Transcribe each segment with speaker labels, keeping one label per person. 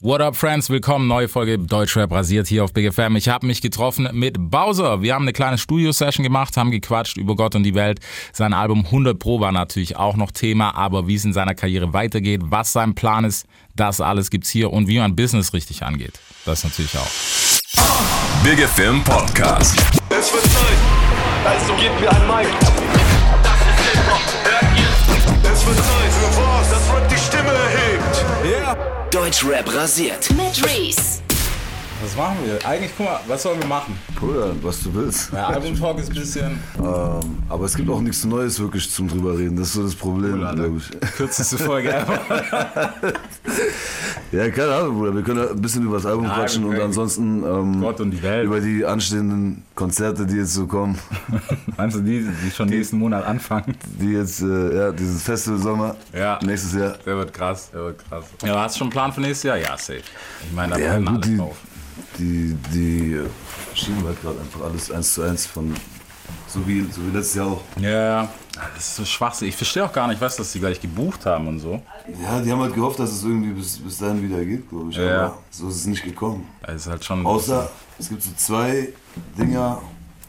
Speaker 1: What up, Friends? Willkommen. Neue Folge Deutschrap rasiert hier auf BGFM. Ich habe mich getroffen mit Bowser. Wir haben eine kleine Studio-Session gemacht, haben gequatscht über Gott und die Welt. Sein Album 100 Pro war natürlich auch noch Thema, aber wie es in seiner Karriere weitergeht, was sein Plan ist, das alles gibt's hier und wie man Business richtig angeht. Das natürlich auch.
Speaker 2: Big Film Podcast.
Speaker 3: Es wird Zeit. Also gebt mir ein Mic. Das ist Hip-Hop. Hört ihr? Es wird Zeit für was, das Rap die Stimme erhebt.
Speaker 4: Deutschrap rasiert.
Speaker 5: mit Reese.
Speaker 1: Was machen wir? Eigentlich, guck mal, was sollen wir machen?
Speaker 6: Bruder, was du willst.
Speaker 1: Der Album-Talk ist ein bisschen
Speaker 6: Ähm, aber es gibt auch nichts Neues wirklich zum drüber reden. Das ist so das Problem,
Speaker 1: ne?
Speaker 6: glaube ich.
Speaker 1: kürzeste Folge ever.
Speaker 6: Ja, keine Ahnung, Bruder. Wir können ein bisschen über das Album quatschen und
Speaker 1: okay.
Speaker 6: ansonsten ähm,
Speaker 1: Gott und die Welt.
Speaker 6: über die anstehenden Konzerte, die jetzt so kommen,
Speaker 1: Meinst du, die, die schon nächsten Monat anfangen?
Speaker 6: die jetzt, äh, ja, dieses Festival Sommer,
Speaker 1: Ja.
Speaker 6: nächstes Jahr.
Speaker 1: Der wird krass, der wird krass. Ja, hast du schon einen Plan für nächstes Jahr? Ja, safe. Ich meine, da
Speaker 6: Ja,
Speaker 1: werden
Speaker 6: gut,
Speaker 1: alle
Speaker 6: die,
Speaker 1: drauf.
Speaker 6: die, die äh, schieben halt gerade einfach alles eins zu eins von, so wie, so wie letztes Jahr auch.
Speaker 1: Ja, Ja, Ah, das ist so Schwachsinn. Ich verstehe auch gar nicht, was, dass die gleich gebucht haben und so.
Speaker 6: Ja, die haben halt gehofft, dass es irgendwie bis, bis dahin wieder geht, glaube ich.
Speaker 1: Ja.
Speaker 6: Aber so ist es nicht gekommen.
Speaker 1: Das ist halt schon.
Speaker 6: Außer es gibt so zwei Dinger.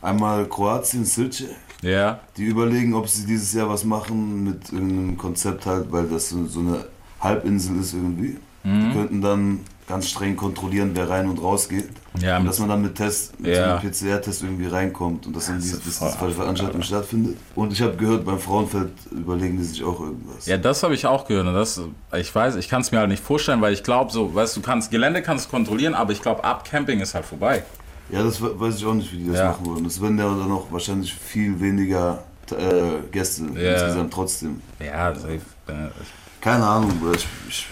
Speaker 6: Einmal Kroatien, Silce,
Speaker 1: Ja,
Speaker 6: die überlegen, ob sie dieses Jahr was machen mit irgendeinem Konzept halt, weil das so, so eine Halbinsel ist irgendwie.
Speaker 1: Mhm.
Speaker 6: Die könnten dann ganz streng kontrollieren, wer rein und raus geht.
Speaker 1: Ja,
Speaker 6: und
Speaker 1: mit-
Speaker 6: dass man dann mit Test, mit
Speaker 1: Ja.
Speaker 6: so einem PCR-Test irgendwie reinkommt und dass dann diese, dass
Speaker 1: voll
Speaker 6: diese Veranstaltung stattfindet. Und ich habe gehört, beim Frauenfeld überlegen die sich auch irgendwas.
Speaker 1: ja das habe ich auch gehört. Und das, ich weiß, ich kann es mir halt nicht vorstellen, weil ich glaube, so, weißt du, kannst Gelände kannst du kontrollieren, aber ich glaube, ab Camping ist halt vorbei.
Speaker 6: Ja, das we- weiß ich auch nicht, wie die das
Speaker 1: Ja.
Speaker 6: machen wollen. Das werden ja dann auch wahrscheinlich viel weniger äh, Gäste
Speaker 1: Ja.
Speaker 6: insgesamt trotzdem.
Speaker 1: Ja, safe. Äh,
Speaker 6: Keine Ahnung, Bruder. Ich, ich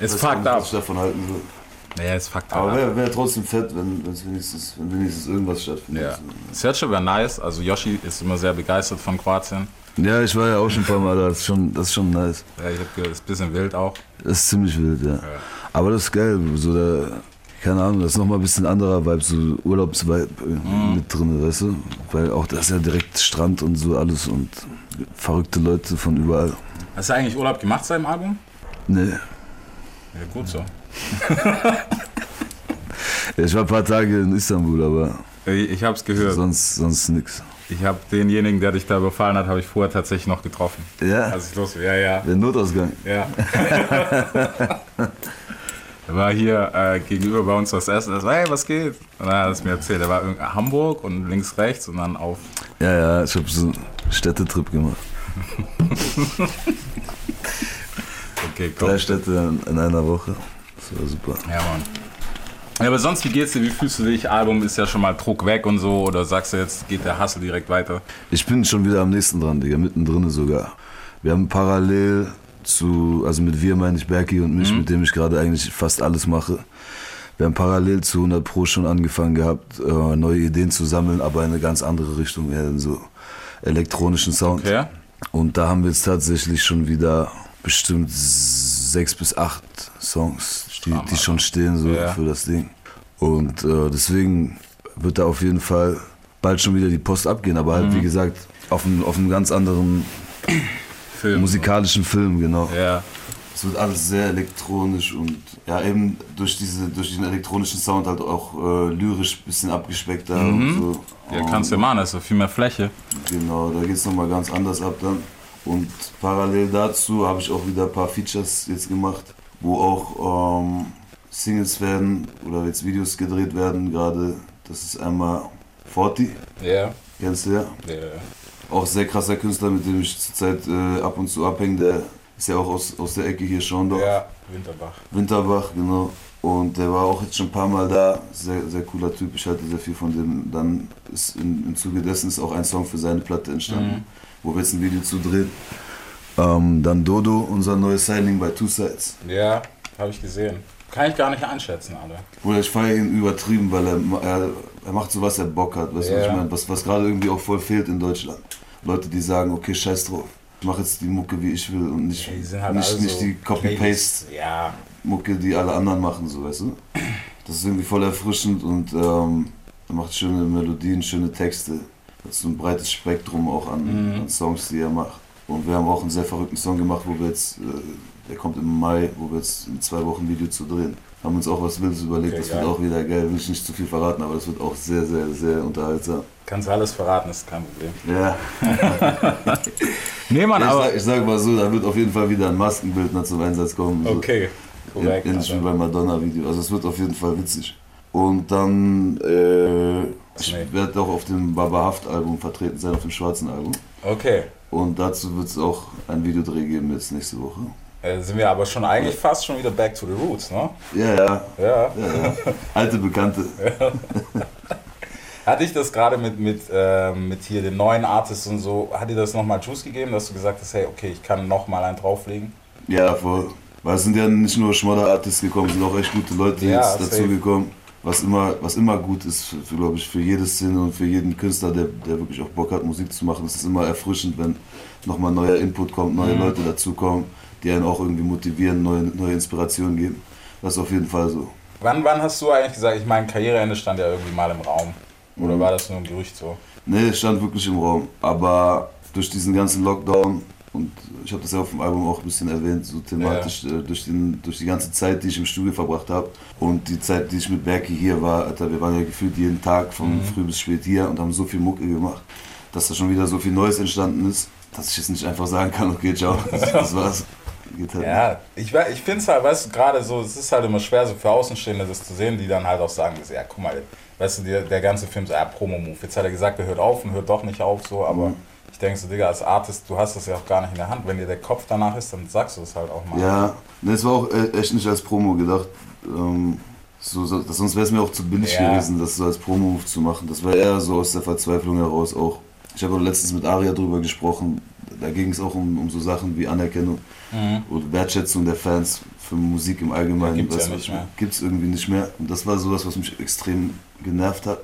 Speaker 1: Ist
Speaker 6: weiß
Speaker 1: fucked
Speaker 6: nicht, was
Speaker 1: up.
Speaker 6: ich davon halten soll.
Speaker 1: Ja, ist fucked
Speaker 6: Aber
Speaker 1: up.
Speaker 6: wäre wär trotzdem fett, wenn, wenn's wenigstens, wenn wenigstens irgendwas stattfindet.
Speaker 1: Ja. Sergio wäre nice. Also, Yoshi ist immer sehr begeistert von Kroatien.
Speaker 6: Ja, ich war ja auch schon ein paar Mal da. Das ist schon, das ist schon nice.
Speaker 1: Ja, ich habe gehört, ist ein bisschen wild auch.
Speaker 6: Das ist ziemlich wild, ja. Aber das ist geil. So da, keine Ahnung, das ist nochmal ein bisschen anderer Vibe, so Urlaubsvibe äh, mit drin, weißt du? Weil auch das ist ja direkt Strand und so alles und verrückte Leute von überall.
Speaker 1: Hast du eigentlich Urlaub gemacht seit dem Album?
Speaker 6: Ne,
Speaker 1: Ja, gut so.
Speaker 6: ich war ein paar Tage in Istanbul, aber
Speaker 1: Ich, ich habe es gehört.
Speaker 6: sonst, sonst nix.
Speaker 1: Ich habe denjenigen, der dich da überfallen hat, habe ich vorher tatsächlich noch getroffen.
Speaker 6: Ja,
Speaker 1: Als ich los Ja, ja,
Speaker 6: der Notausgang.
Speaker 1: ja. er war hier äh, gegenüber bei uns was essen. Er so, hey, was geht? Und dann hat er es mir erzählt. Er war in Hamburg und links, rechts und dann auf.
Speaker 6: Ja, ja, ich habe so einen Städtetrip gemacht.
Speaker 1: Okay, komm.
Speaker 6: Drei Städte in, in einer Woche. Das war super.
Speaker 1: Ja, Mann. Ja, aber sonst, wie geht's dir? Wie fühlst du dich? Album ist ja schon mal Druck weg und so. Oder sagst du jetzt, geht der Hassel direkt weiter?
Speaker 6: Ich bin schon wieder am nächsten dran, Digga, mittendrin sogar. Wir haben parallel zu, also mit wir meine ich Berki und mich, mit dem ich gerade eigentlich fast alles mache. Wir haben parallel zu 100 Pro schon angefangen gehabt, äh, neue Ideen zu sammeln, aber in eine ganz andere Richtung, eher in so elektronischen Sound.
Speaker 1: Okay.
Speaker 6: Und da haben wir jetzt tatsächlich schon wieder bestimmt sechs bis acht Songs, die, die schon stehen so
Speaker 1: ne? Ja.
Speaker 6: für das Ding. Und äh, deswegen wird da auf jeden Fall bald schon wieder die Post abgehen, aber halt
Speaker 1: Mhm.
Speaker 6: wie gesagt auf einem, auf einem ganz anderen
Speaker 1: Film.
Speaker 6: musikalischen Film, genau.
Speaker 1: Ja.
Speaker 6: Es wird alles sehr elektronisch und ja eben durch diese durch diesen elektronischen Sound halt auch äh, lyrisch ein bisschen abgespeckter und so.
Speaker 1: Mhm. Ja, kannst du ja machen. Das ist so viel mehr Fläche.
Speaker 6: Genau, da geht es nochmal ganz anders ab dann. Und parallel dazu habe ich auch wieder ein paar Features jetzt gemacht, wo auch ähm, Singles werden oder jetzt Videos gedreht werden gerade. Das ist einmal Forti,
Speaker 1: Ja.
Speaker 6: kennst du ja.
Speaker 1: Ja.
Speaker 6: Auch sehr krasser Künstler, mit dem ich zurzeit äh, ab und zu abhänge. Der ist ja auch aus, aus der Ecke hier Schondorf,
Speaker 1: Winterbach.
Speaker 6: Winterbach, genau. Und der war auch jetzt schon ein paar Mal da. Sehr, sehr cooler Typ, ich halte sehr viel von dem. Dann ist in, im Zuge dessen ist auch ein Song für seine Platte
Speaker 1: Mhm.
Speaker 6: entstanden wo wir jetzt ein Video zu drehen. Ähm, dann Dodo, unser neues Signing bei Two Sides.
Speaker 1: Ja, habe ich gesehen. Kann ich gar nicht einschätzen, Alter.
Speaker 6: Bruder, ich feiere ihn übertrieben, weil er, ma- er, er macht so, was er Bock hat. Weißt du, was
Speaker 1: Ja.
Speaker 6: ich meine? Was, was gerade irgendwie auch voll fehlt in Deutschland. Leute, die sagen, okay, scheiß drauf. Ich mache jetzt die Mucke, wie ich will und nicht,
Speaker 1: Die sind halt
Speaker 6: nicht,
Speaker 1: alle
Speaker 6: nicht
Speaker 1: so
Speaker 6: die Copy-Paste.
Speaker 1: Playlists. Ja,
Speaker 6: Mucke, die alle anderen machen, so weißt du. Das ist irgendwie voll erfrischend und ähm, er macht schöne Melodien, schöne Texte. Das ist so ein breites Spektrum auch an,
Speaker 1: Mhm.
Speaker 6: an Songs, die er macht. Und wir haben auch einen sehr verrückten Song gemacht, wo wir jetzt, äh, der kommt im Mai, wo wir jetzt in zwei Wochen ein Video zu drehen. Haben uns auch was Wildes überlegt, das wird auch wieder geil. Will ich nicht zu viel verraten, aber das wird auch sehr, sehr, sehr unterhaltsam.
Speaker 1: Kannst alles verraten, ist kein Problem.
Speaker 6: Ja.
Speaker 1: Nee, Mann,
Speaker 6: Ich
Speaker 1: aber.
Speaker 6: sag, ich sag mal so, da wird auf jeden Fall wieder ein Maskenbildner zum Einsatz kommen. So.
Speaker 1: Okay, korrekt. also.
Speaker 6: Ähnlich wie
Speaker 1: Alter.
Speaker 6: beim Madonna-Video. Also es wird auf jeden Fall witzig. Und dann, äh, ich
Speaker 1: Nee.
Speaker 6: werde auch auf dem Baba Haft-Album vertreten sein, auf dem schwarzen Album.
Speaker 1: Okay.
Speaker 6: Und dazu wird es auch ein Videodreh geben jetzt nächste Woche.
Speaker 1: Äh, sind wir aber schon eigentlich fast schon wieder back to the roots, ne?
Speaker 6: Ja, ja,
Speaker 1: Ja.
Speaker 6: alte Bekannte.
Speaker 1: Hatte ich das gerade mit, mit, ähm, mit hier den neuen Artists und so, hat dir das nochmal Juice gegeben, dass du gesagt hast, hey, okay, ich kann nochmal einen drauflegen?
Speaker 6: Ja, voll. Weil es sind ja nicht nur Schmodder-Artists gekommen, es sind auch echt gute Leute
Speaker 1: Ja,
Speaker 6: jetzt
Speaker 1: safe.
Speaker 6: dazugekommen. Was immer, was immer gut ist, glaube ich, für jede Szene und für jeden Künstler, der, der wirklich auch Bock hat, Musik zu machen. Es ist immer erfrischend, wenn nochmal neuer Input kommt, neue
Speaker 1: Mhm.
Speaker 6: Leute dazukommen, die einen auch irgendwie motivieren, neue, neue Inspirationen geben. Das ist auf jeden Fall so.
Speaker 1: Wann, wann hast du eigentlich gesagt, ich meine, Karriereende stand ja irgendwie mal im Raum? Oder
Speaker 6: Mhm.
Speaker 1: war das nur ein Gerücht so?
Speaker 6: Nee, es stand wirklich im Raum. Aber durch diesen ganzen Lockdown und ich habe das ja auf dem Album auch ein bisschen erwähnt, so thematisch, äh, durch, den, durch die ganze Zeit, die ich im Studio verbracht habe und die Zeit, die ich mit Berki hier war, Alter, wir waren ja gefühlt jeden Tag von früh bis spät hier und haben so viel Mucke gemacht, dass da schon wieder so viel Neues entstanden ist, dass ich jetzt nicht einfach sagen kann, okay, ciao, das, das war's. Geht halt nicht.
Speaker 1: Ja, ich, we- ich finde es halt, weißt du, gerade so, es ist halt immer schwer, so für Außenstehende das zu sehen, die dann halt auch sagen, so, ja, guck mal, weißt du, der, der ganze Film ist ja Promo-Move. Jetzt hat er gesagt, er hört auf und hört doch nicht auf, so, aber
Speaker 6: Mhm.
Speaker 1: ich denke so, Digga, als Artist, du hast das ja auch gar nicht in der Hand. Wenn dir der Kopf danach ist, dann sagst du es halt auch mal.
Speaker 6: Ja, ne, es war auch äh, echt nicht als Promo gedacht. Ähm, so, so, das- sonst wäre es mir auch zu billig
Speaker 1: Ja.
Speaker 6: gewesen, das so als Promo zu machen. Das war eher so aus der Verzweiflung heraus auch. Ich habe auch letztens mit Aria drüber gesprochen. Da ging es auch um, um so Sachen wie Anerkennung und Wertschätzung der Fans für Musik im Allgemeinen.
Speaker 1: Ja, Mhm. gibt's ja
Speaker 6: Weißt du,
Speaker 1: nicht
Speaker 6: was ich-
Speaker 1: mehr.
Speaker 6: Gibt's irgendwie nicht mehr. Und das war sowas, was mich extrem genervt hat.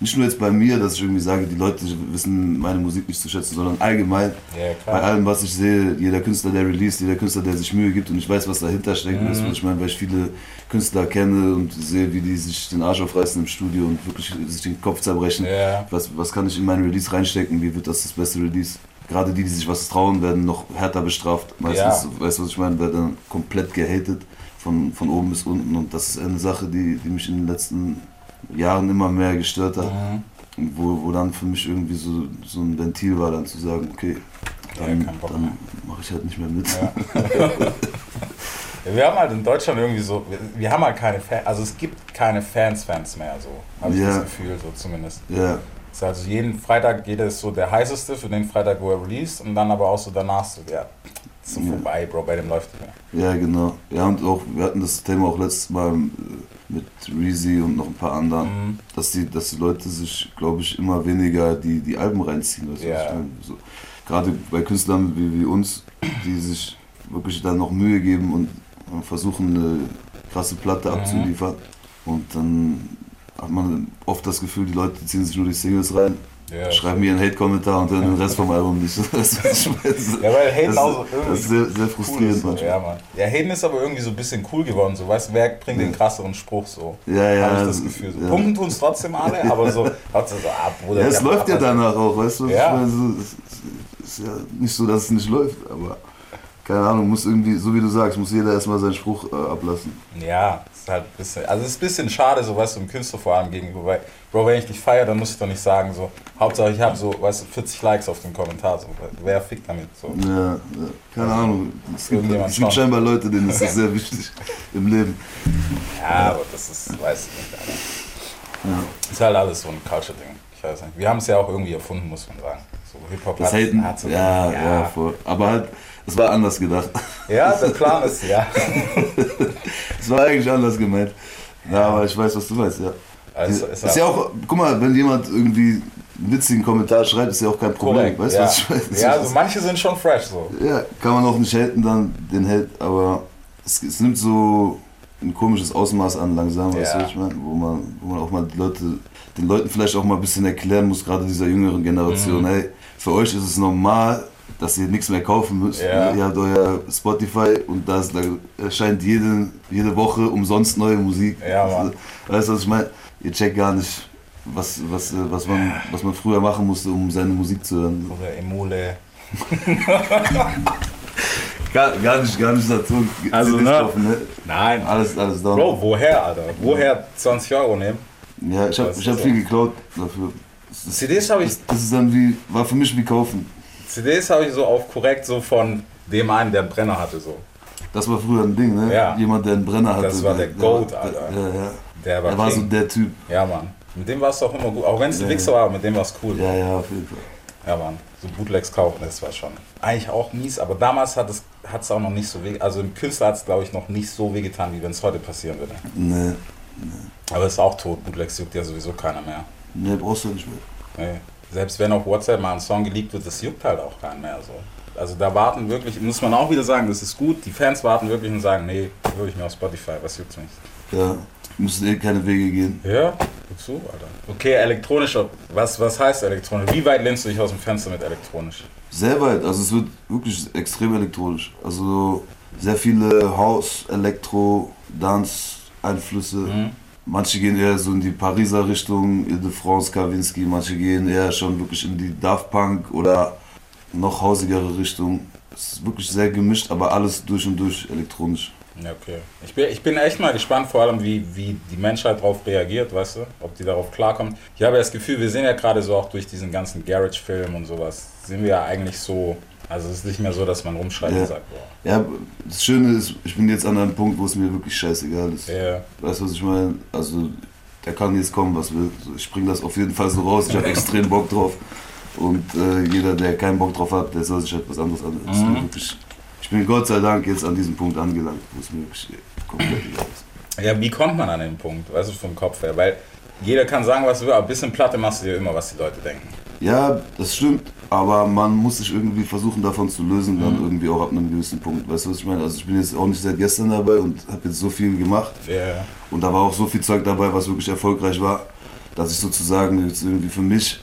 Speaker 6: Nicht nur jetzt bei mir, dass ich irgendwie sage, die Leute wissen meine Musik nicht zu schätzen, sondern allgemein
Speaker 1: Ja,
Speaker 6: bei
Speaker 1: klar.
Speaker 6: allem, was ich sehe, jeder Künstler, der release, jeder Künstler, der sich Mühe gibt und ich weiß, was dahinter steckt, weißt du, was ich meine, weil ich viele Künstler kenne und sehe, wie die sich den Arsch aufreißen im Studio und wirklich sich den Kopf zerbrechen.
Speaker 1: Ja.
Speaker 6: Was, was kann ich in meinen Release reinstecken? Wie wird das das beste Release? Gerade die, die sich was trauen, werden noch härter bestraft. Meistens, weißt du, was ich meine, werden dann komplett gehatet von, von oben bis unten und das ist eine Sache, die, die mich in den letzten Jahren immer mehr gestört hat. Und Wo, wo dann für mich irgendwie so, so ein Ventil war, dann zu sagen, okay, dann,
Speaker 1: kein Bock mehr.
Speaker 6: dann mache ich halt nicht mehr mit.
Speaker 1: Ja, wir haben halt in Deutschland irgendwie so, wir, wir haben halt keine Fans, also es gibt keine Fans-Fans mehr, so, habe ich
Speaker 6: Ja.
Speaker 1: das Gefühl, so zumindest.
Speaker 6: ja.
Speaker 1: Ist also jeden Freitag geht es so der heißeste für den Freitag, wo er released und dann aber auch so danach so, ja, ist so vorbei, Bro, bei dem läuft nicht mehr.
Speaker 6: Ja, genau. Ja, und auch, wir hatten das Thema auch letztes Mal äh, mit Reezy und noch ein paar anderen,
Speaker 1: Mhm.
Speaker 6: dass, die, dass die Leute sich, glaube ich, immer weniger die, die Alben reinziehen. Weißt du, was
Speaker 1: Ja.
Speaker 6: ich meine? so, gerade bei Künstlern wie, wie uns, die sich wirklich dann noch Mühe geben und äh, versuchen, eine krasse Platte
Speaker 1: Mhm.
Speaker 6: abzuliefern. Und dann hat man oft das Gefühl, die Leute ziehen sich nur die Singles rein,
Speaker 1: Ja,
Speaker 6: schreiben mir einen Hate-Kommentar und dann den Rest vom Album nicht. Das ist-
Speaker 1: Ja, weil Hayden
Speaker 6: das,
Speaker 1: auch so
Speaker 6: ist- das ist
Speaker 1: irgendwie
Speaker 6: sehr, sehr
Speaker 1: Cool
Speaker 6: frustrierend
Speaker 1: ist so,
Speaker 6: manchmal.
Speaker 1: ja, Mann. Ja, Hayden ist aber irgendwie so ein bisschen cool geworden, so, weißt du, wer bringt den krasseren Spruch so?
Speaker 6: Ja, ja.
Speaker 1: Habe ich das Gefühl. So.
Speaker 6: ja.
Speaker 1: Pumpen tun es trotzdem alle, aber so, hat so, so ah, Bruder.
Speaker 6: Ja, es
Speaker 1: der-
Speaker 6: läuft ja
Speaker 1: aber-
Speaker 6: danach auch, weißt du?
Speaker 1: Ja.
Speaker 6: Ich meine, so, es es ist ja nicht so, dass es nicht läuft, aber keine Ahnung, muss irgendwie, so wie du sagst, muss jeder erstmal seinen Spruch äh, ablassen.
Speaker 1: Ja, ist halt ein bisschen, also es ist ein bisschen schade, so weißt du, dem Künstler vor allem gegenüber, weil, Bro, wenn ich dich feiere, dann muss ich doch nicht sagen, so, Hauptsache ich habe so, weißt du, 40 Likes auf dem Kommentar, so, wer fickt damit, so.
Speaker 6: Ja, ja. keine Ahnung. Es gibt,
Speaker 1: Irgendjemand
Speaker 6: es gibt
Speaker 1: schaut.
Speaker 6: scheinbar Leute, denen ist das sehr wichtig im Leben.
Speaker 1: Ja, aber das ist, weiß ich nicht, Alter. Ist halt alles so ein Culture-Ding, ich weiß nicht. Wir haben es ja auch irgendwie erfunden, muss man sagen. So Hip-Hop
Speaker 6: Das
Speaker 1: hat-
Speaker 6: Haten,
Speaker 1: hat so-
Speaker 6: ja, ja,
Speaker 1: ja.
Speaker 6: voll. Aber halt, es war anders gedacht.
Speaker 1: Ja, der Plan ist, ja.
Speaker 6: Es war eigentlich anders gemeint. Ja, aber ich weiß, was du meinst, ja.
Speaker 1: Also,
Speaker 6: ist, ja auch, guck mal, wenn jemand irgendwie einen witzigen Kommentar schreibt, ist ja auch kein Problem.
Speaker 1: korrekt,
Speaker 6: Weißt du,
Speaker 1: ja.
Speaker 6: was ich meine?
Speaker 1: Ja, also manche sind schon fresh, so.
Speaker 6: Ja, kann man auch nicht halten, dann den hält, aber es, es nimmt so ein komisches Ausmaß an langsam, weißt du,
Speaker 1: Ja.
Speaker 6: was ich meine? Wo man, wo man auch mal die Leute, den Leuten vielleicht auch mal ein bisschen erklären muss, gerade dieser jüngeren Generation,
Speaker 1: Mhm.
Speaker 6: hey, für euch ist es normal, dass ihr nichts mehr kaufen müsst.
Speaker 1: Ja.
Speaker 6: Ihr habt euer Spotify und da, ist, da erscheint jede, jede Woche umsonst neue Musik. Also,
Speaker 1: Ja, Mann.
Speaker 6: Weißt du, was ich meine? Ihr checkt gar nicht, was, was, äh, was, man, was man früher machen musste, um seine Musik zu hören.
Speaker 1: Oder Emule.
Speaker 6: gar, gar nicht, gar nicht dazu.
Speaker 1: Also,
Speaker 6: Zieh dich
Speaker 1: ne?
Speaker 6: drauf, ne?
Speaker 1: Nein.
Speaker 6: Alles, alles down.
Speaker 1: Bro, woher, Alter? Woher 20 Euro nehmen?
Speaker 6: Ja, ich hab,
Speaker 1: Das
Speaker 6: ich hab
Speaker 1: ist
Speaker 6: viel geklaut dafür.
Speaker 1: CDs habe ich,
Speaker 6: Das, das ist dann wie, war für mich wie kaufen.
Speaker 1: CDs habe ich so auf korrekt so von dem einen, der einen Brenner hatte so.
Speaker 6: Das war früher ein Ding, ne?
Speaker 1: Ja.
Speaker 6: Jemand, der einen Brenner hatte.
Speaker 1: Das war der Goat,
Speaker 6: der,
Speaker 1: Alter.
Speaker 6: Ja, ja.
Speaker 1: Der war
Speaker 6: Er war so
Speaker 1: King.
Speaker 6: der Typ.
Speaker 1: Ja, Mann. Mit dem war es doch immer gut. Auch wenn es ein Wichser war, mit dem war es cool.
Speaker 6: Ja, ja, auf jeden Fall.
Speaker 1: Ja, Mann. So Bootlegs kaufen, das war schon eigentlich auch mies. Aber damals hat es hat's auch noch nicht so weh. Also im Künstler hat es, glaube ich, noch nicht so weh getan, wie wenn es heute passieren würde.
Speaker 6: Ne,
Speaker 1: Aber es ist auch tot. Bootlegs juckt ja sowieso keiner mehr.
Speaker 6: ne, brauchst du nicht mehr.
Speaker 1: Nee. Selbst wenn auf WhatsApp mal ein Song geleakt wird, das juckt halt auch keinen mehr so. Also da warten wirklich, muss man auch wieder sagen, das ist gut. Die Fans warten wirklich und sagen, nee, hol ich mir auf Spotify, was juckt's mich?
Speaker 6: Ja. Müssen eh keine Wege gehen.
Speaker 1: Ja, wozu, Alter? Okay, elektronischer. Was, was heißt elektronisch? Wie weit lehnst du dich aus dem Fenster mit elektronisch?
Speaker 6: Sehr weit, also es wird wirklich extrem elektronisch. Also sehr viele House, Elektro, Dance-Einflüsse. Manche gehen eher so in die Pariser Richtung, in die France Kavinsky, manche gehen eher schon wirklich in die Daft Punk oder noch hausigere Richtung. Es ist wirklich sehr gemischt, aber alles durch und durch elektronisch.
Speaker 1: Ja, okay. Ich bin, ich bin echt mal gespannt, vor allem, wie, wie die Menschheit darauf reagiert, weißt du? Ob die darauf klarkommt. Ich habe das Gefühl, wir sind ja gerade so auch durch diesen ganzen Garage-Film und sowas, sind wir ja eigentlich so. Also, es ist nicht mehr so, dass man rumschreit
Speaker 6: Ja.
Speaker 1: und sagt, boah.
Speaker 6: Ja, das Schöne ist, ich bin jetzt an einem Punkt, wo es mir wirklich scheißegal ist.
Speaker 1: Ja.
Speaker 6: Weißt du, was ich meine? Also, da kann jetzt kommen, was will. Ich spring das auf jeden Fall so raus. Ich habe extrem Bock drauf. Und äh, jeder, der keinen Bock drauf hat, der soll sich halt was anderes anhören. Das ist mir wirklich, ich bin Gott sei Dank jetzt an diesem Punkt angelangt, wo es mir wirklich komplett egal ist.
Speaker 1: ja, wie kommt man an den Punkt, weißt du, vom Kopf her? Weil jeder kann sagen, was er will, aber ein bisschen Platte machst du dir immer, was die Leute denken.
Speaker 6: Ja, das stimmt, aber man muss sich irgendwie versuchen, davon zu lösen, dann irgendwie auch ab einem gewissen Punkt. Weißt du, was ich meine? Also, ich bin jetzt auch nicht seit gestern dabei und habe jetzt so viel gemacht.
Speaker 1: Ja.
Speaker 6: Und da war auch so viel Zeug dabei, was wirklich erfolgreich war, dass ich sozusagen jetzt irgendwie für mich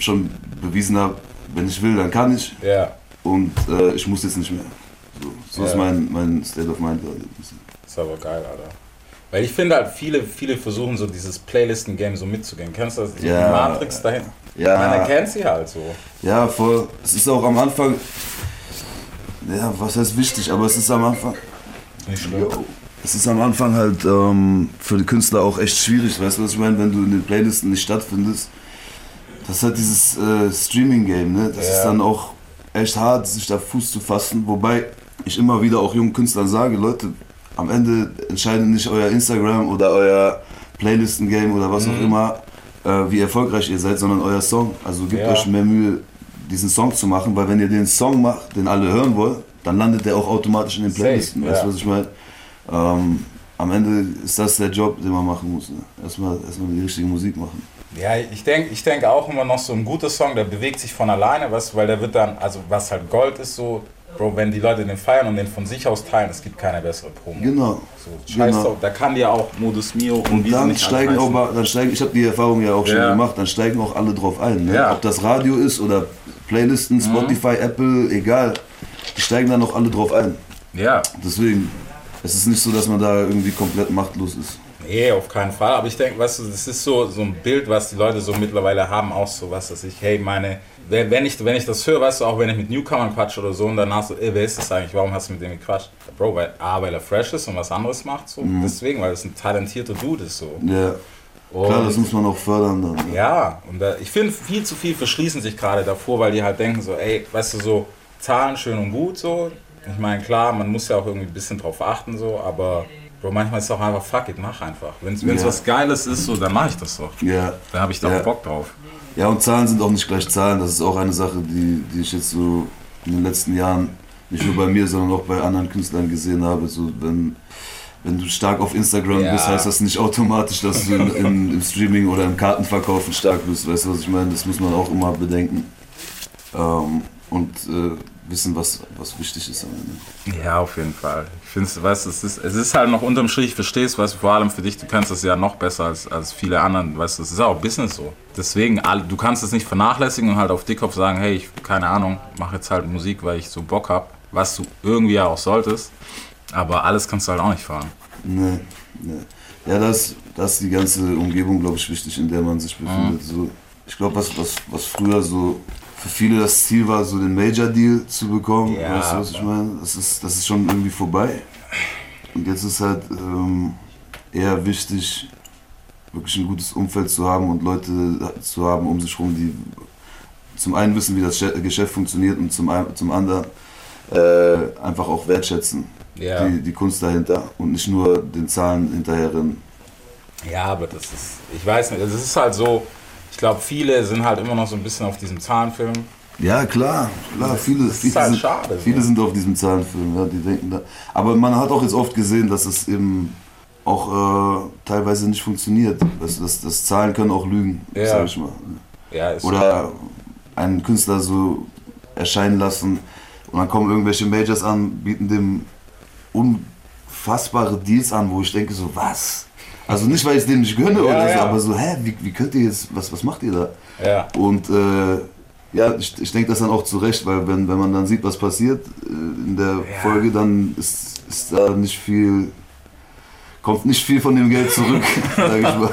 Speaker 6: schon bewiesen habe, wenn ich will, dann kann ich.
Speaker 1: Ja.
Speaker 6: Und äh, ich muss jetzt nicht mehr. So, so ist
Speaker 1: Ja.
Speaker 6: mein, mein State of Mind. gerade.
Speaker 1: Ist aber geil, Alter. Weil ich finde halt, viele, viele versuchen so dieses Playlisten-Game so mitzugehen. Kennst du das? Die
Speaker 6: Ja.
Speaker 1: Matrix dahin.
Speaker 6: Ja.
Speaker 1: Man erkennt sie halt so.
Speaker 6: Ah, Ja, voll. Es ist auch am Anfang. Ja, was heißt wichtig, aber es ist am Anfang.
Speaker 1: Nicht schlimm.
Speaker 6: Jo. Es ist am Anfang halt ähm, für die Künstler auch echt schwierig, weißt du, was ich meine, wenn du in den Playlisten nicht stattfindest. Das ist halt dieses äh, Streaming-Game, ne? Das
Speaker 1: Ja.
Speaker 6: ist dann auch echt hart, sich da Fuß zu fassen. Wobei ich immer wieder auch jungen Künstlern sage, Leute, am Ende entscheidet nicht euer Instagram oder euer Playlisten-Game oder was
Speaker 1: Mhm.
Speaker 6: auch immer, äh, wie erfolgreich ihr seid, sondern euer Song. Also gebt
Speaker 1: Ja.
Speaker 6: euch mehr Mühe, diesen Song zu machen, weil wenn ihr den Song macht, den alle hören wollen, dann landet der auch automatisch in den
Speaker 1: Safe,
Speaker 6: Playlisten. Weißt du,
Speaker 1: ja.
Speaker 6: was ich meine? Ähm, am Ende ist das der Job, den man machen muss. Ne? Erstmal, erstmal die richtige Musik machen.
Speaker 1: Ja, ich denke ich denk auch immer noch so ein guter Song, der bewegt sich von alleine, weißt, du, weil der wird dann, also was halt Gold ist so, Bro, wenn die Leute den feiern und den von sich aus teilen, es gibt keine bessere Promo.
Speaker 6: Genau.
Speaker 1: So, scheiß
Speaker 6: Genau.
Speaker 1: drauf, da kann dir auch Modus Mio und wie sie
Speaker 6: Dann
Speaker 1: nicht
Speaker 6: steigen auch
Speaker 1: anheißen.
Speaker 6: mal, dann steigen, ich habe die Erfahrung ja auch schon
Speaker 1: Ja.
Speaker 6: gemacht, dann steigen auch alle drauf ein. Ne?
Speaker 1: Ja. Mhm.
Speaker 6: Ob das Radio ist oder Playlisten, Spotify, Apple, egal. Die steigen dann auch alle drauf ein.
Speaker 1: Ja,
Speaker 6: Deswegen, es ist nicht so, dass man da irgendwie komplett machtlos ist.
Speaker 1: Nee, auf keinen Fall. Aber ich denke, weißt du, das ist so, so ein Bild, was die Leute so mittlerweile haben, auch so was, dass ich, hey, meine, wenn wenn ich, wenn ich das höre, weißt du, auch wenn ich mit Newcomern quatsche oder so und danach so, ey, wer ist das eigentlich? Warum hast du mit dem gequatscht? Bro, weil A, weil er fresh ist und was anderes macht, so.
Speaker 6: Mhm.
Speaker 1: Deswegen, weil es ein talentierter Dude ist, so.
Speaker 6: Ja,
Speaker 1: Und
Speaker 6: klar, das muss man auch fördern dann. Ne?
Speaker 1: ja, und da, ich finde, viel zu viel verschließen sich gerade davor, weil die halt denken so, ey, weißt du, so Zahlen schön und gut so. Ich meine, klar, man muss ja auch irgendwie ein bisschen drauf achten so, aber Bro, manchmal ist es auch einfach, fuck it, mach einfach. Wenn es
Speaker 6: Ja.
Speaker 1: was Geiles ist, so, dann mache ich das doch.
Speaker 6: Ja.
Speaker 1: Dann habe ich da
Speaker 6: Ja.
Speaker 1: auch Bock drauf.
Speaker 6: Ja, und Zahlen sind auch nicht gleich Zahlen. Das ist auch eine Sache, die, die ich jetzt so in den letzten Jahren nicht nur bei mir, sondern auch bei anderen Künstlern gesehen habe. So, wenn, wenn du stark auf Instagram
Speaker 1: Ja.
Speaker 6: bist, heißt das nicht automatisch, dass du in, in, im Streaming oder im Kartenverkaufen stark bist. Weißt du, was ich meine? Das muss man auch immer bedenken. Ähm, und äh, wissen, was, was wichtig ist am Ende.
Speaker 1: Ja, auf jeden Fall. Ich finde es, weißt du, es ist, es ist halt noch unterm Strich, verstehst, weißt du, vor allem für dich, du kannst es ja noch besser als, als viele anderen, weißt du, es ist auch Business so. Deswegen, all- du kannst es nicht vernachlässigen und halt auf Dickkopf sagen, hey, ich, keine Ahnung, mache jetzt halt Musik, weil ich so Bock habe, was du irgendwie ja auch solltest, aber alles kannst du halt auch nicht fahren.
Speaker 6: Nee, nee. Ja, das, das ist die
Speaker 1: Mhm.
Speaker 6: ganze Umgebung, glaube ich, wichtig, in der man sich befindet. So, ich glaube, was, was, was früher so für viele das Ziel war, so den Major-Deal zu bekommen.
Speaker 1: Ja,
Speaker 6: weißt du, was ich meine? Das ist, das ist schon irgendwie vorbei. Und jetzt ist halt ähm, eher wichtig, wirklich ein gutes Umfeld zu haben und Leute zu haben um sich herum, die zum einen wissen, wie das Sche- Geschäft funktioniert und zum, ein- zum anderen äh, einfach auch wertschätzen.
Speaker 1: Ja.
Speaker 6: Die, die Kunst dahinter und nicht nur den Zahlen hinterherrennen.
Speaker 1: Ja, aber das ist, ich weiß nicht, es ist halt so, ich glaube, viele sind halt immer noch so ein bisschen auf diesem Zahnfilm.
Speaker 6: Ja, klar, klar, viele,
Speaker 1: ist
Speaker 6: viele,
Speaker 1: halt
Speaker 6: sind,
Speaker 1: schade,
Speaker 6: viele
Speaker 1: ne?
Speaker 6: sind auf diesem Zahlenfilm, ja, die denken da. Aber man hat auch jetzt oft gesehen, dass es eben auch äh, teilweise nicht funktioniert. Weißt du, das, das Zahlen können auch lügen,
Speaker 1: Ja.
Speaker 6: sag ich mal.
Speaker 1: Ja, ist
Speaker 6: Oder einen Künstler so erscheinen lassen und dann kommen irgendwelche Majors an, bieten dem unfassbare Deals an, wo ich denke so, was? Also nicht, weil ich es dem nicht gönne oder so,
Speaker 1: ja.
Speaker 6: aber so, hä, wie, wie könnt ihr jetzt, was, was macht ihr da?
Speaker 1: Ja.
Speaker 6: Und äh, ja, ich, ich denke das dann auch zu Recht, weil wenn, wenn man dann sieht, was passiert äh, in der Folge, dann ist, ist da nicht viel, kommt nicht viel von dem Geld zurück, sag ich mal.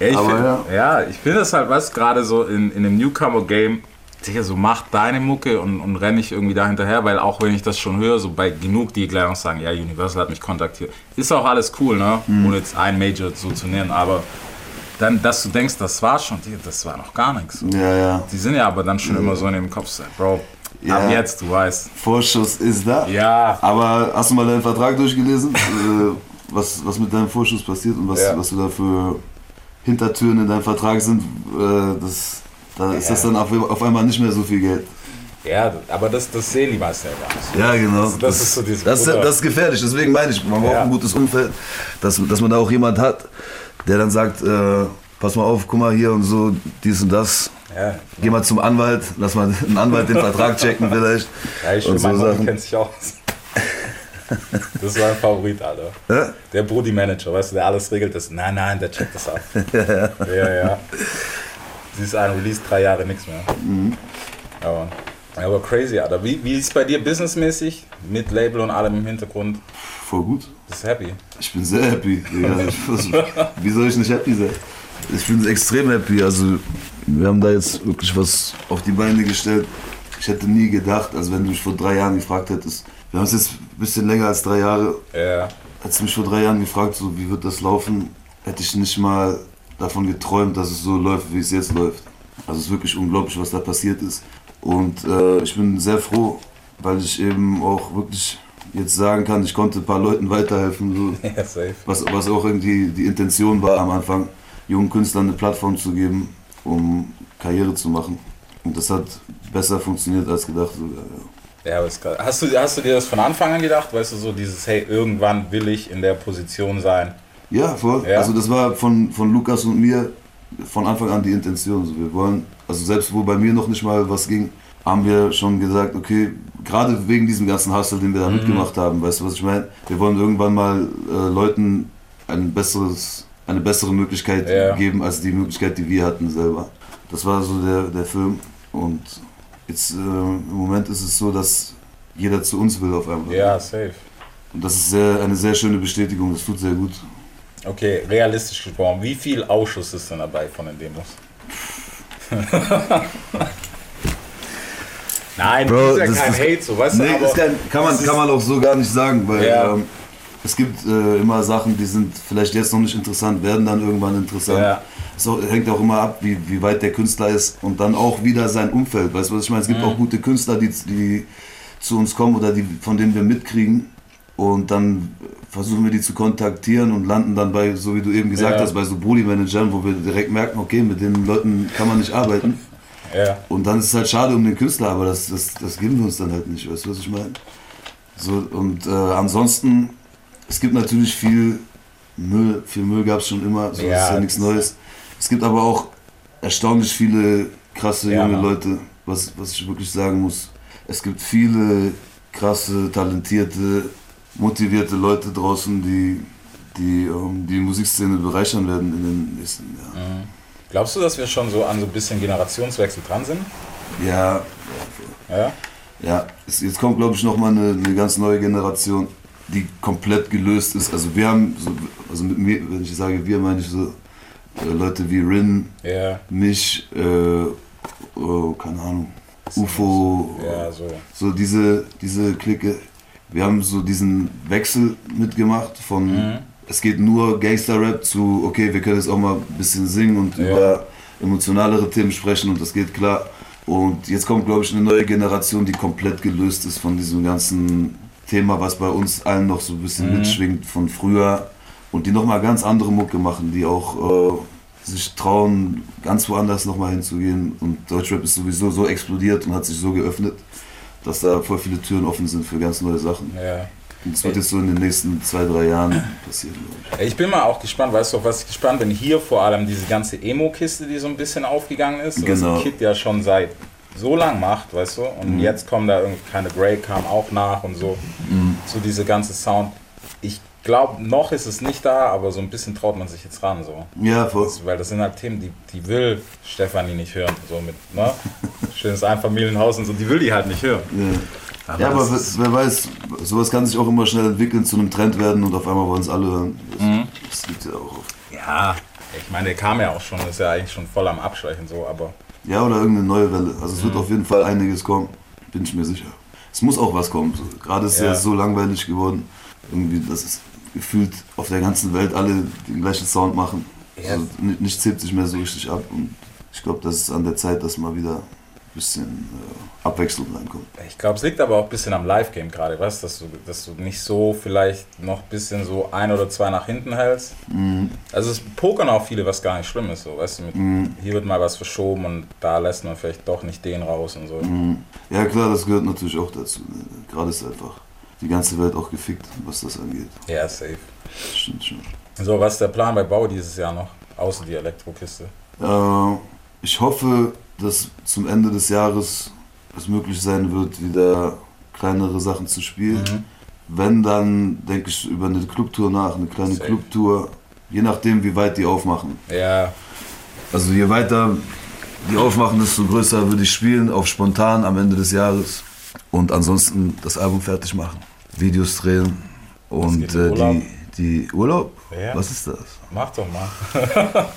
Speaker 1: Ja, ich
Speaker 6: Aber
Speaker 1: find, ja. ich finde das halt, was gerade so in, in dem Newcomer-Game, Digga, so mach deine Mucke und, und renne ich irgendwie da hinterher, weil auch wenn ich das schon höre, so bei genug, die gleich noch sagen, ja, Universal hat mich kontaktiert. Ist auch alles cool, ne?
Speaker 6: Mhm.
Speaker 1: Ohne jetzt einen Major so zu nennen, aber dann, dass du denkst, das war schon, Digga, das war noch gar nichts.
Speaker 6: Ja, ja.
Speaker 1: Die sind ja aber dann schon immer so in dem Kopf, so, Bro, ab
Speaker 6: Ja.
Speaker 1: jetzt, du weißt.
Speaker 6: Vorschuss ist da.
Speaker 1: Ja.
Speaker 6: Aber hast du mal deinen Vertrag durchgelesen? äh, was, was mit deinem Vorschuss passiert und was,
Speaker 1: Ja.
Speaker 6: was du da für Hintertüren in deinem Vertrag sind, äh, das, da ist das dann auf, auf einmal nicht mehr so viel Geld.
Speaker 1: Ja, aber das, das sehen die meisten ja gar nicht.
Speaker 6: Ja, genau.
Speaker 1: Das- das ist so dieses
Speaker 6: das, ist-
Speaker 1: Butter.
Speaker 6: das ist gefährlich, deswegen meine ich, man braucht
Speaker 1: Ja.
Speaker 6: ein gutes Umfeld, dass, dass man da auch jemand hat, der dann sagt, äh, pass mal auf, guck mal hier und so, dies und das.
Speaker 1: Ja.
Speaker 6: Geh mal zum Anwalt, lass mal einen Anwalt den Vertrag checken vielleicht.
Speaker 1: Ja, ich
Speaker 6: und
Speaker 1: und mein Bruder kennt sich auch aus. Das ist mein Favorit, Alter.
Speaker 6: Hä?
Speaker 1: Der Brudi-Manager, weißt du, der alles regelt. Das. Nein, nein, der checkt das ab. ja, ja. Sie ist ein Release, drei Jahre nichts mehr. Aber, aber crazy, Alter. Wie, wie ist es bei dir businessmäßig? Mit Label und allem im Hintergrund?
Speaker 6: Voll gut.
Speaker 1: Bist du happy?
Speaker 6: Ich bin sehr happy. Digga. Ich- was- Wie soll ich nicht happy sein? Ich bin extrem happy. Also, wir haben da jetzt wirklich was auf die Beine gestellt. Ich hätte nie gedacht, also wenn du mich vor drei Jahren gefragt hättest, wir haben es jetzt ein bisschen länger als drei Jahre,
Speaker 1: Ja.
Speaker 6: hättest du mich vor drei Jahren gefragt, so wie wird das laufen, hätte ich nicht mal davon geträumt, dass es so läuft, wie es jetzt läuft. Also es ist wirklich unglaublich, was da passiert ist. Und äh, ich bin sehr froh, weil ich eben auch wirklich jetzt sagen kann, ich konnte ein paar Leuten weiterhelfen. So.
Speaker 1: Ja, safe.
Speaker 6: Was, was auch irgendwie die Intention war am Anfang, jungen Künstlern eine Plattform zu geben, um Karriere zu machen. Und das hat besser funktioniert als gedacht sogar. Ja.
Speaker 1: Ja, aber ist geil. Hast du, hast du dir das von Anfang an gedacht? Weißt du, so dieses, hey, irgendwann will ich in der Position sein.
Speaker 6: Ja, voll.
Speaker 1: Ja.
Speaker 6: Also das war von, von Lukas und mir von Anfang an die Intention. Also wir wollen, also selbst wo bei mir noch nicht mal was ging, haben wir schon gesagt, okay, gerade wegen diesem ganzen Hustle, den wir
Speaker 1: Mhm.
Speaker 6: da mitgemacht haben, weißt du, was ich meine? Wir wollen irgendwann mal äh, Leuten ein besseres, eine bessere Möglichkeit
Speaker 1: Ja.
Speaker 6: geben als die Möglichkeit, die wir hatten selber. Das war so der, der Film. Und jetzt äh, im Moment ist es so, dass jeder zu uns will auf einmal.
Speaker 1: Ja, safe.
Speaker 6: Und das ist sehr, eine sehr schöne Bestätigung, das tut sehr gut.
Speaker 1: Okay, realistisch gesprochen, wie viel Ausschuss ist denn dabei von den Demos? Nein,
Speaker 6: Bro,
Speaker 1: das ist
Speaker 6: das
Speaker 1: ja kein
Speaker 6: ist-
Speaker 1: Hate, so weißt
Speaker 6: Nee,
Speaker 1: du, aber
Speaker 6: ist kein, kann, man,
Speaker 1: es ist-
Speaker 6: kann man auch so gar nicht sagen, weil
Speaker 1: Ja.
Speaker 6: ähm, es gibt äh, immer Sachen, die sind vielleicht jetzt noch nicht interessant, werden dann irgendwann interessant.
Speaker 1: Ja.
Speaker 6: Es auch- hängt auch immer ab, wie, wie weit der Künstler ist und dann auch wieder sein Umfeld. Weißt du, was ich meine? Es
Speaker 1: Mhm.
Speaker 6: gibt auch gute Künstler, die, die zu uns kommen oder die, von denen wir mitkriegen und dann versuchen wir die zu kontaktieren und landen dann bei, so wie du eben gesagt
Speaker 1: Ja.
Speaker 6: hast, bei so Bully-Managern, wo wir direkt merken, okay, mit den Leuten kann man nicht arbeiten.
Speaker 1: ja,
Speaker 6: Und dann ist es halt schade um den Künstler, aber das, das, das geben wir uns dann halt nicht, weißt du, was ich meine? So, und äh, ansonsten, es gibt natürlich viel Müll, viel Müll gab es schon immer, so
Speaker 1: Ja,
Speaker 6: das ist ja
Speaker 1: das
Speaker 6: nichts
Speaker 1: ist-
Speaker 6: Neues. Es gibt aber auch erstaunlich viele krasse
Speaker 1: Ja,
Speaker 6: junge
Speaker 1: Mann.
Speaker 6: Leute, was, was ich wirklich sagen muss. Es gibt viele krasse, talentierte, motivierte Leute draußen, die die, ähm, die Musikszene bereichern werden in den nächsten Jahren.
Speaker 1: glaubst du, dass wir schon so an so ein bisschen Generationswechsel dran sind?
Speaker 6: Ja,
Speaker 1: Ja,
Speaker 6: Ja, es- jetzt kommt, glaube ich, nochmal eine, eine ganz neue Generation, die komplett gelöst ist. Also wir haben, so, also mit mir, wenn ich sage wir, meine ich so äh, Leute wie Rin,
Speaker 1: ja,
Speaker 6: mich äh, oh, keine Ahnung, UFO,
Speaker 1: Ja, so.
Speaker 6: so diese, diese Clique. Wir haben so diesen Wechsel mitgemacht von es geht nur Gangster-Rap zu, okay, wir können jetzt auch mal ein bisschen singen und über emotionalere Themen sprechen und das geht klar. Und jetzt kommt, glaube ich, eine neue Generation, die komplett gelöst ist von diesem ganzen Thema, was bei uns allen noch so ein bisschen mitschwingt von früher und die nochmal ganz andere Mucke machen, die auch äh, sich trauen, ganz woanders nochmal hinzugehen. Und Deutschrap ist sowieso so explodiert und hat sich so geöffnet, dass da voll viele Türen offen sind für ganz neue Sachen.
Speaker 1: Ja.
Speaker 6: Und das wird jetzt so in den nächsten zwei, drei Jahren passieren, glaube ich.
Speaker 1: Ich bin mal auch gespannt, weißt du, auf was ich gespannt bin? Hier vor allem diese ganze Emo-Kiste, die so ein bisschen aufgegangen ist,
Speaker 6: Genau.
Speaker 1: was Kid ja schon seit so lang macht, weißt du, und jetzt kommen da irgendwie keine Grey kam auch nach und so, so diese ganze Sound. Ich glaube, noch ist es nicht da, aber so ein bisschen traut man sich jetzt ran, so.
Speaker 6: Ja, voll.
Speaker 1: Das- Weil das sind halt Themen, die, die will Stefanie nicht hören, so mit, ne? Schönes Einfamilienhaus und so, die will die halt nicht hören.
Speaker 6: Ja, ja aber
Speaker 1: das
Speaker 6: wer, wer weiß, sowas kann sich auch immer schnell entwickeln, zu einem Trend werden und auf einmal wollen es alle hören. Das,
Speaker 1: Mhm.
Speaker 6: das gibt ja auch oft.
Speaker 1: Ja, ich meine, der kam ja auch schon, ist ja eigentlich schon voll am Abschwächen, so, aber.
Speaker 6: Ja, oder irgendeine neue Welle. Also es
Speaker 1: Mhm.
Speaker 6: wird auf jeden Fall einiges kommen, bin ich mir sicher. Es muss auch was kommen. So, Gerade ist ja.
Speaker 1: Ja.
Speaker 6: so langweilig geworden. Irgendwie, dass es gefühlt auf der ganzen Welt alle den gleichen Sound machen.
Speaker 1: Ja.
Speaker 6: Also ni- nichts hebt sich mehr so richtig ab. Und ich glaube, das ist an der Zeit, dass mal wieder ein bisschen äh, Abwechslung reinkommt.
Speaker 1: Ich glaube, es liegt aber auch ein bisschen am Live-Game gerade, weißt du, dass du, dass du nicht so vielleicht noch ein bisschen so ein oder zwei nach hinten hältst. Also es pokern auch viele, was gar nicht schlimm ist, so, weißt du, mit, hier wird mal was verschoben und da lässt man vielleicht doch nicht den raus und so.
Speaker 6: Ja klar, das gehört natürlich auch dazu. Ne? Gerade ist einfach die ganze Welt auch gefickt, was das angeht.
Speaker 1: Ja, safe.
Speaker 6: Das stimmt schon.
Speaker 1: So, was ist der Plan bei Bau dieses Jahr noch? Außer die Elektrokiste.
Speaker 6: Äh, ich hoffe, dass zum Ende des Jahres es möglich sein wird, wieder kleinere Sachen zu spielen.
Speaker 1: Mhm.
Speaker 6: Wenn, dann denke ich über eine Clubtour nach, eine kleine
Speaker 1: Safe.
Speaker 6: Clubtour, je nachdem, wie weit die aufmachen.
Speaker 1: Ja,
Speaker 6: Also je weiter die aufmachen, desto größer würde ich spielen, auch spontan am Ende des Jahres. Und ansonsten das Album fertig machen, Videos drehen und
Speaker 1: geht in
Speaker 6: äh,
Speaker 1: Urlaub.
Speaker 6: die, die Urlaub.
Speaker 1: Ja.
Speaker 6: Was ist das?
Speaker 1: mach doch mal.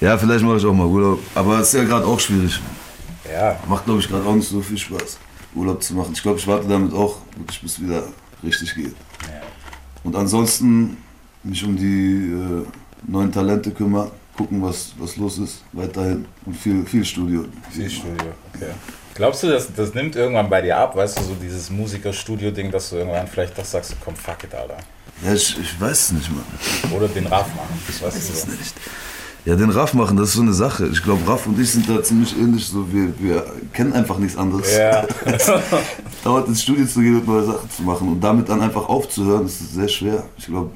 Speaker 6: Ja, vielleicht mache ich auch mal Urlaub, aber es ist ja gerade auch schwierig.
Speaker 1: Ja,
Speaker 6: Macht, glaube ich, gerade auch nicht so viel Spaß, Urlaub zu machen. Ich glaube, ich warte damit auch wirklich, bis es wieder richtig geht. Und ansonsten mich um die äh, neuen Talente kümmern, gucken, was, was los ist, weiterhin. Und viel, viel Studio.
Speaker 1: viel Studio, okay. Glaubst du, das, das nimmt irgendwann bei dir ab, weißt du, so dieses Musikerstudio-Ding, dass du irgendwann vielleicht doch sagst, komm, fuck it, Alter.
Speaker 6: Ja, ich, ich weiß es nicht, Mann.
Speaker 1: Oder den Raff machen, das weißt du so.
Speaker 6: Ja, den Raff machen, das ist so eine Sache. Ich glaube, Raff und ich sind da ziemlich ähnlich. So. Wir, wir kennen einfach nichts anderes.
Speaker 1: Ja,
Speaker 6: dauert ins Studio zu gehen und neue Sachen zu machen und damit dann einfach aufzuhören, ist sehr schwer. Ich glaube,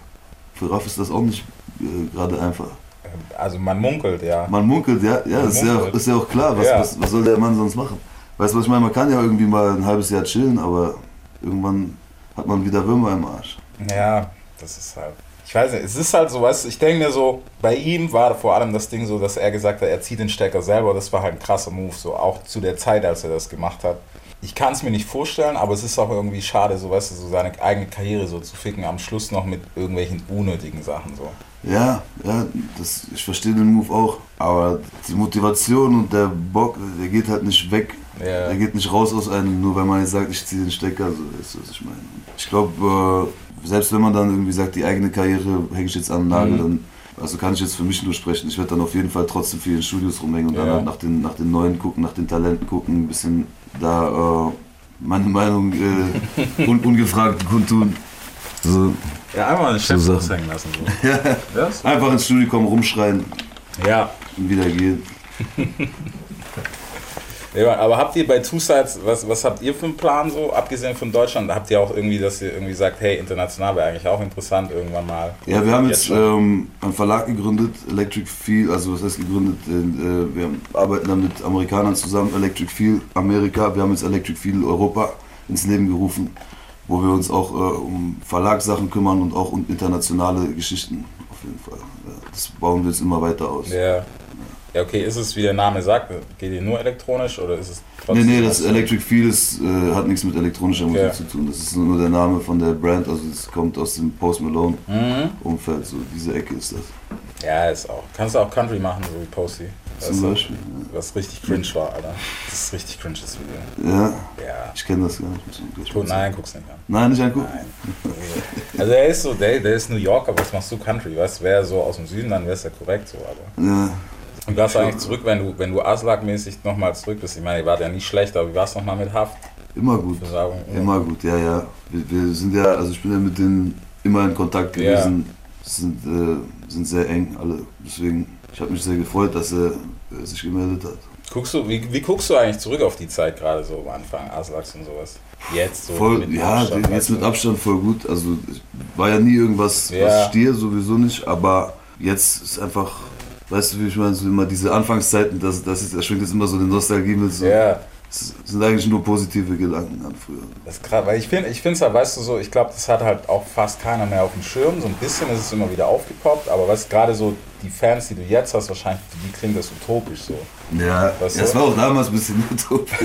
Speaker 6: für Raff ist das auch nicht äh, gerade einfach.
Speaker 1: also man munkelt, ja.
Speaker 6: Man munkelt, ja, ja, ist, ja
Speaker 1: munkelt.
Speaker 6: ist ja auch klar, was,
Speaker 1: Ja.
Speaker 6: was, was soll der Mann sonst machen? Weißt du, was ich meine? Man kann ja irgendwie mal ein halbes Jahr chillen, aber irgendwann hat man wieder Würmer im Arsch.
Speaker 1: Ja, das ist halt. Ich weiß nicht, es ist halt so, weißt du, ich denke mir so, bei ihm war vor allem das Ding so, dass er gesagt hat, er zieht den Stecker selber. Das war halt ein krasser Move, so auch zu der Zeit, als er das gemacht hat. Ich kann es mir nicht vorstellen, aber es ist auch irgendwie schade, so weißt du, so seine eigene Karriere so zu ficken, am Schluss noch mit irgendwelchen unnötigen Sachen so.
Speaker 6: Ja, ja, das, ich verstehe den Move auch, aber die Motivation und der Bock, der geht halt nicht weg.
Speaker 1: Ja.
Speaker 6: Der geht nicht raus aus einem, nur weil man jetzt sagt, ich ziehe den Stecker, so weißt du, was ich meine. Ich glaube, äh, selbst wenn man dann irgendwie sagt, die eigene Karriere hänge ich jetzt an den
Speaker 1: Mhm.
Speaker 6: Nagel, dann, also kann ich jetzt für mich nur sprechen. Ich werde dann auf jeden Fall trotzdem viel in Studios rumhängen und dann
Speaker 1: Ja.
Speaker 6: halt nach den, nach den Neuen gucken, nach den Talenten gucken, ein bisschen da äh, meine Meinung äh, un, ungefragt kundtun. So,
Speaker 1: Ja, einmal den Chef
Speaker 6: Sachen.
Speaker 1: raushängen lassen. So. ja. so.
Speaker 6: einfach ins Studio kommen, rumschreien
Speaker 1: ja.
Speaker 6: und wieder gehen.
Speaker 1: Ja, aber habt ihr bei Two Sides, was, was habt ihr für einen Plan so, abgesehen von Deutschland? Habt ihr auch irgendwie, dass ihr irgendwie sagt, hey, international wäre eigentlich auch interessant irgendwann mal?
Speaker 6: Ja, wir haben jetzt,
Speaker 1: schon.
Speaker 6: ähm, einen Verlag gegründet, Electric Feel, also was heißt gegründet, äh, wir arbeiten dann mit Amerikanern zusammen, Electric Feel Amerika, wir haben jetzt Electric Feel Europa ins Leben gerufen, wo wir uns auch äh, um Verlagssachen kümmern und auch um internationale Geschichten auf jeden Fall. Ja, das bauen wir jetzt immer weiter aus.
Speaker 1: ja. ja, okay, ist es, wie der Name sagt, geht ihr nur elektronisch oder ist es
Speaker 6: Nee,
Speaker 1: trotzdem?
Speaker 6: nee, das Electric Feel ist, äh, hat nichts mit elektronischer Musik
Speaker 1: Ja.
Speaker 6: zu tun. Das ist nur der Name von der Brand, also es kommt aus dem Post Malone
Speaker 1: Mhm.
Speaker 6: Umfeld, so diese Ecke ist das.
Speaker 1: Ja, ist auch. Kannst du auch Country machen, so wie Posty.
Speaker 6: Zum Beispiel.
Speaker 1: Was richtig cringe war, Alter. Das ist richtig cringe, das Video.
Speaker 6: Ja,
Speaker 1: Ja.
Speaker 6: ich kenne das gar nicht.
Speaker 1: Gut, nein, guck's nicht an.
Speaker 6: Nein, nicht angucken.
Speaker 1: Also er ist so, der, der ist New Yorker, was machst du Country? Weißt wäre so aus dem Süden, dann wäre es ja korrekt so, aber.
Speaker 6: Ja.
Speaker 1: Und warst du eigentlich zurück, wenn du, wenn du Aslak-mäßig nochmal zurück bist? Ich meine, ihr wart ja nicht schlecht, aber wie war es nochmal mit Haft?
Speaker 6: Immer gut.
Speaker 1: Bewerbung, ja.
Speaker 6: Immer gut, ja, ja. Wir, wir sind ja, also ich bin ja mit denen immer in Kontakt
Speaker 1: Ja.
Speaker 6: gewesen. Sind, äh, sind sehr eng alle. Deswegen, ich habe mich sehr gefreut, dass er äh, sich gemeldet hat.
Speaker 1: Guckst du, wie, wie guckst du eigentlich zurück auf die Zeit gerade so am Anfang, Aslaks und sowas? Jetzt so.
Speaker 6: Voll,
Speaker 1: mit
Speaker 6: ja,
Speaker 1: Abstand, weißt
Speaker 6: jetzt mit
Speaker 1: du?
Speaker 6: Abstand voll gut. Also ich- war ja nie irgendwas,
Speaker 1: Ja.
Speaker 6: was stier, sowieso nicht, aber jetzt ist einfach, weißt du, wie ich meine, so immer diese Anfangszeiten, das, das ist, da schwingt jetzt immer so eine Nostalgie mit. So.
Speaker 1: Ja,
Speaker 6: Es sind eigentlich nur positive Gedanken an früher.
Speaker 1: das ist krass, weil ich finde, ich finde es halt, weißt du so, ich glaube, das hat halt auch fast keiner mehr auf dem Schirm. So ein bisschen ist es immer wieder aufgepoppt, aber was gerade so die Fans, die du jetzt hast, wahrscheinlich, für die klingt das utopisch so.
Speaker 6: Ja,
Speaker 1: Weißt
Speaker 6: das
Speaker 1: du?
Speaker 6: war auch damals ein bisschen utopisch.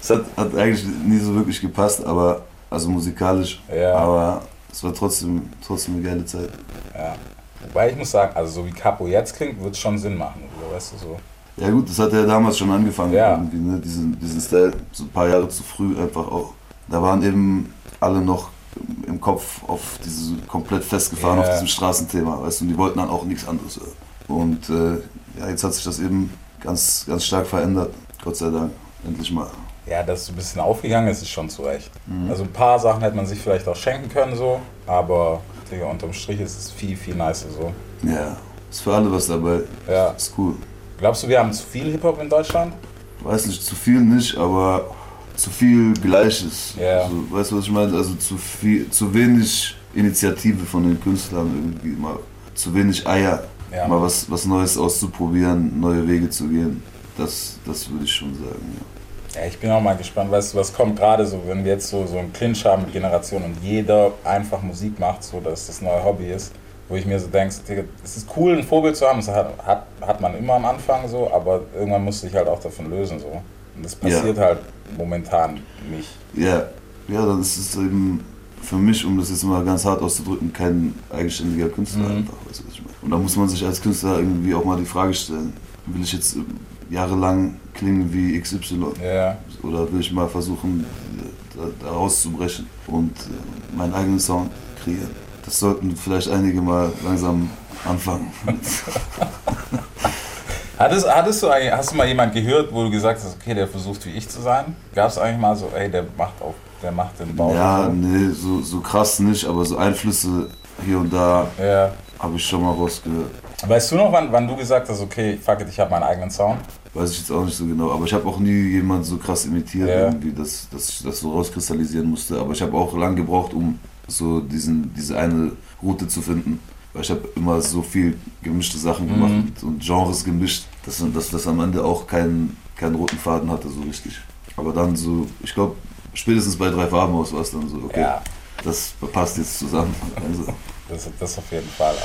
Speaker 6: Es hat, hat eigentlich nie so wirklich gepasst, aber also musikalisch.
Speaker 1: Ja.
Speaker 6: Aber es war trotzdem, trotzdem eine geile Zeit.
Speaker 1: Wobei ich muss sagen, also so wie Capo jetzt klingt, wird es schon Sinn machen, oder? weißt du so.
Speaker 6: Ja gut, das hat ja damals schon angefangen,
Speaker 1: Ja.
Speaker 6: irgendwie, ne? diesen, diesen Style, so ein paar Jahre zu früh einfach auch. Da waren eben alle noch im Kopf auf dieses komplett festgefahren
Speaker 1: Ja.
Speaker 6: auf diesem Straßenthema, weißt du, und die wollten dann auch nichts anderes hören. Und äh, ja, jetzt hat sich das eben ganz, ganz stark verändert, Gott sei Dank, endlich mal.
Speaker 1: Ja, dass es ein bisschen aufgegangen ist, ist schon zu Recht. Also ein paar Sachen hätte man sich vielleicht auch schenken können, so, aber Digga, unterm Strich ist es viel, viel nicer so.
Speaker 6: Ja, ist für alle was dabei.
Speaker 1: Ja.
Speaker 6: Ist cool.
Speaker 1: Glaubst du, wir haben zu viel Hip-Hop in Deutschland?
Speaker 6: Weiß nicht, zu viel nicht, aber zu viel Gleiches.
Speaker 1: Ja.
Speaker 6: Also, weißt du, was ich meine? Also zu viel, zu wenig Initiative von den Künstlern irgendwie mal. Zu wenig Eier.
Speaker 1: Ja.
Speaker 6: Mal was, was Neues auszuprobieren, neue Wege zu gehen. Das, das würde ich schon sagen, ja.
Speaker 1: Ja, ich bin auch mal gespannt, weißt du, was kommt gerade so, wenn wir jetzt so, so einen Clinch haben mit Generationen und jeder einfach Musik macht, so dass das neue Hobby ist, wo ich mir so denke, so, Digga, es ist cool, einen Vogel zu haben, das hat, hat, hat man immer am Anfang so, aber irgendwann musst du dich halt auch davon lösen so. Und das
Speaker 6: Ja.
Speaker 1: passiert halt momentan nicht.
Speaker 6: Ja, ja dann ist es eben für mich, um das jetzt mal ganz hart auszudrücken, kein eigenständiger Künstler einfach. Weißt du, was ich meine? Und da muss man sich als Künstler irgendwie auch mal die Frage stellen, will ich jetzt äh, jahrelang klingen wie XY?
Speaker 1: Ja,
Speaker 6: oder will ich mal versuchen, da, da rauszubrechen und äh, meinen eigenen Sound kreieren. Das sollten vielleicht einige mal langsam anfangen.
Speaker 1: Hattest, hattest du eigentlich, hast du mal jemand gehört, wo du gesagt hast, okay, der versucht wie ich zu sein? Gab es eigentlich mal so, ey, der macht auf, der macht den Bau?
Speaker 6: ja, nee, so, so krass nicht, aber so Einflüsse hier und da
Speaker 1: ja.
Speaker 6: habe ich schon mal rausgehört.
Speaker 1: Weißt du noch, wann, wann du gesagt hast, okay, fuck it, ich habe meinen eigenen Sound?
Speaker 6: Weiß ich jetzt auch nicht so genau, aber ich habe auch nie jemanden so krass imitiert,
Speaker 1: Ja.
Speaker 6: irgendwie, dass, dass ich das so rauskristallisieren musste. Aber ich habe auch lange gebraucht, um so diesen, diese eine Route zu finden. Weil ich habe immer so viel gemischte
Speaker 1: Mhm.
Speaker 6: Sachen gemacht und Genres gemischt, dass, dass das am Ende auch keinen, keinen roten Faden hatte, so richtig. Aber dann so, ich glaube, spätestens bei drei Farben aus war es dann so, okay,
Speaker 1: Ja.
Speaker 6: das passt jetzt zusammen. Also,
Speaker 1: Das, das auf jeden Fall, Alter.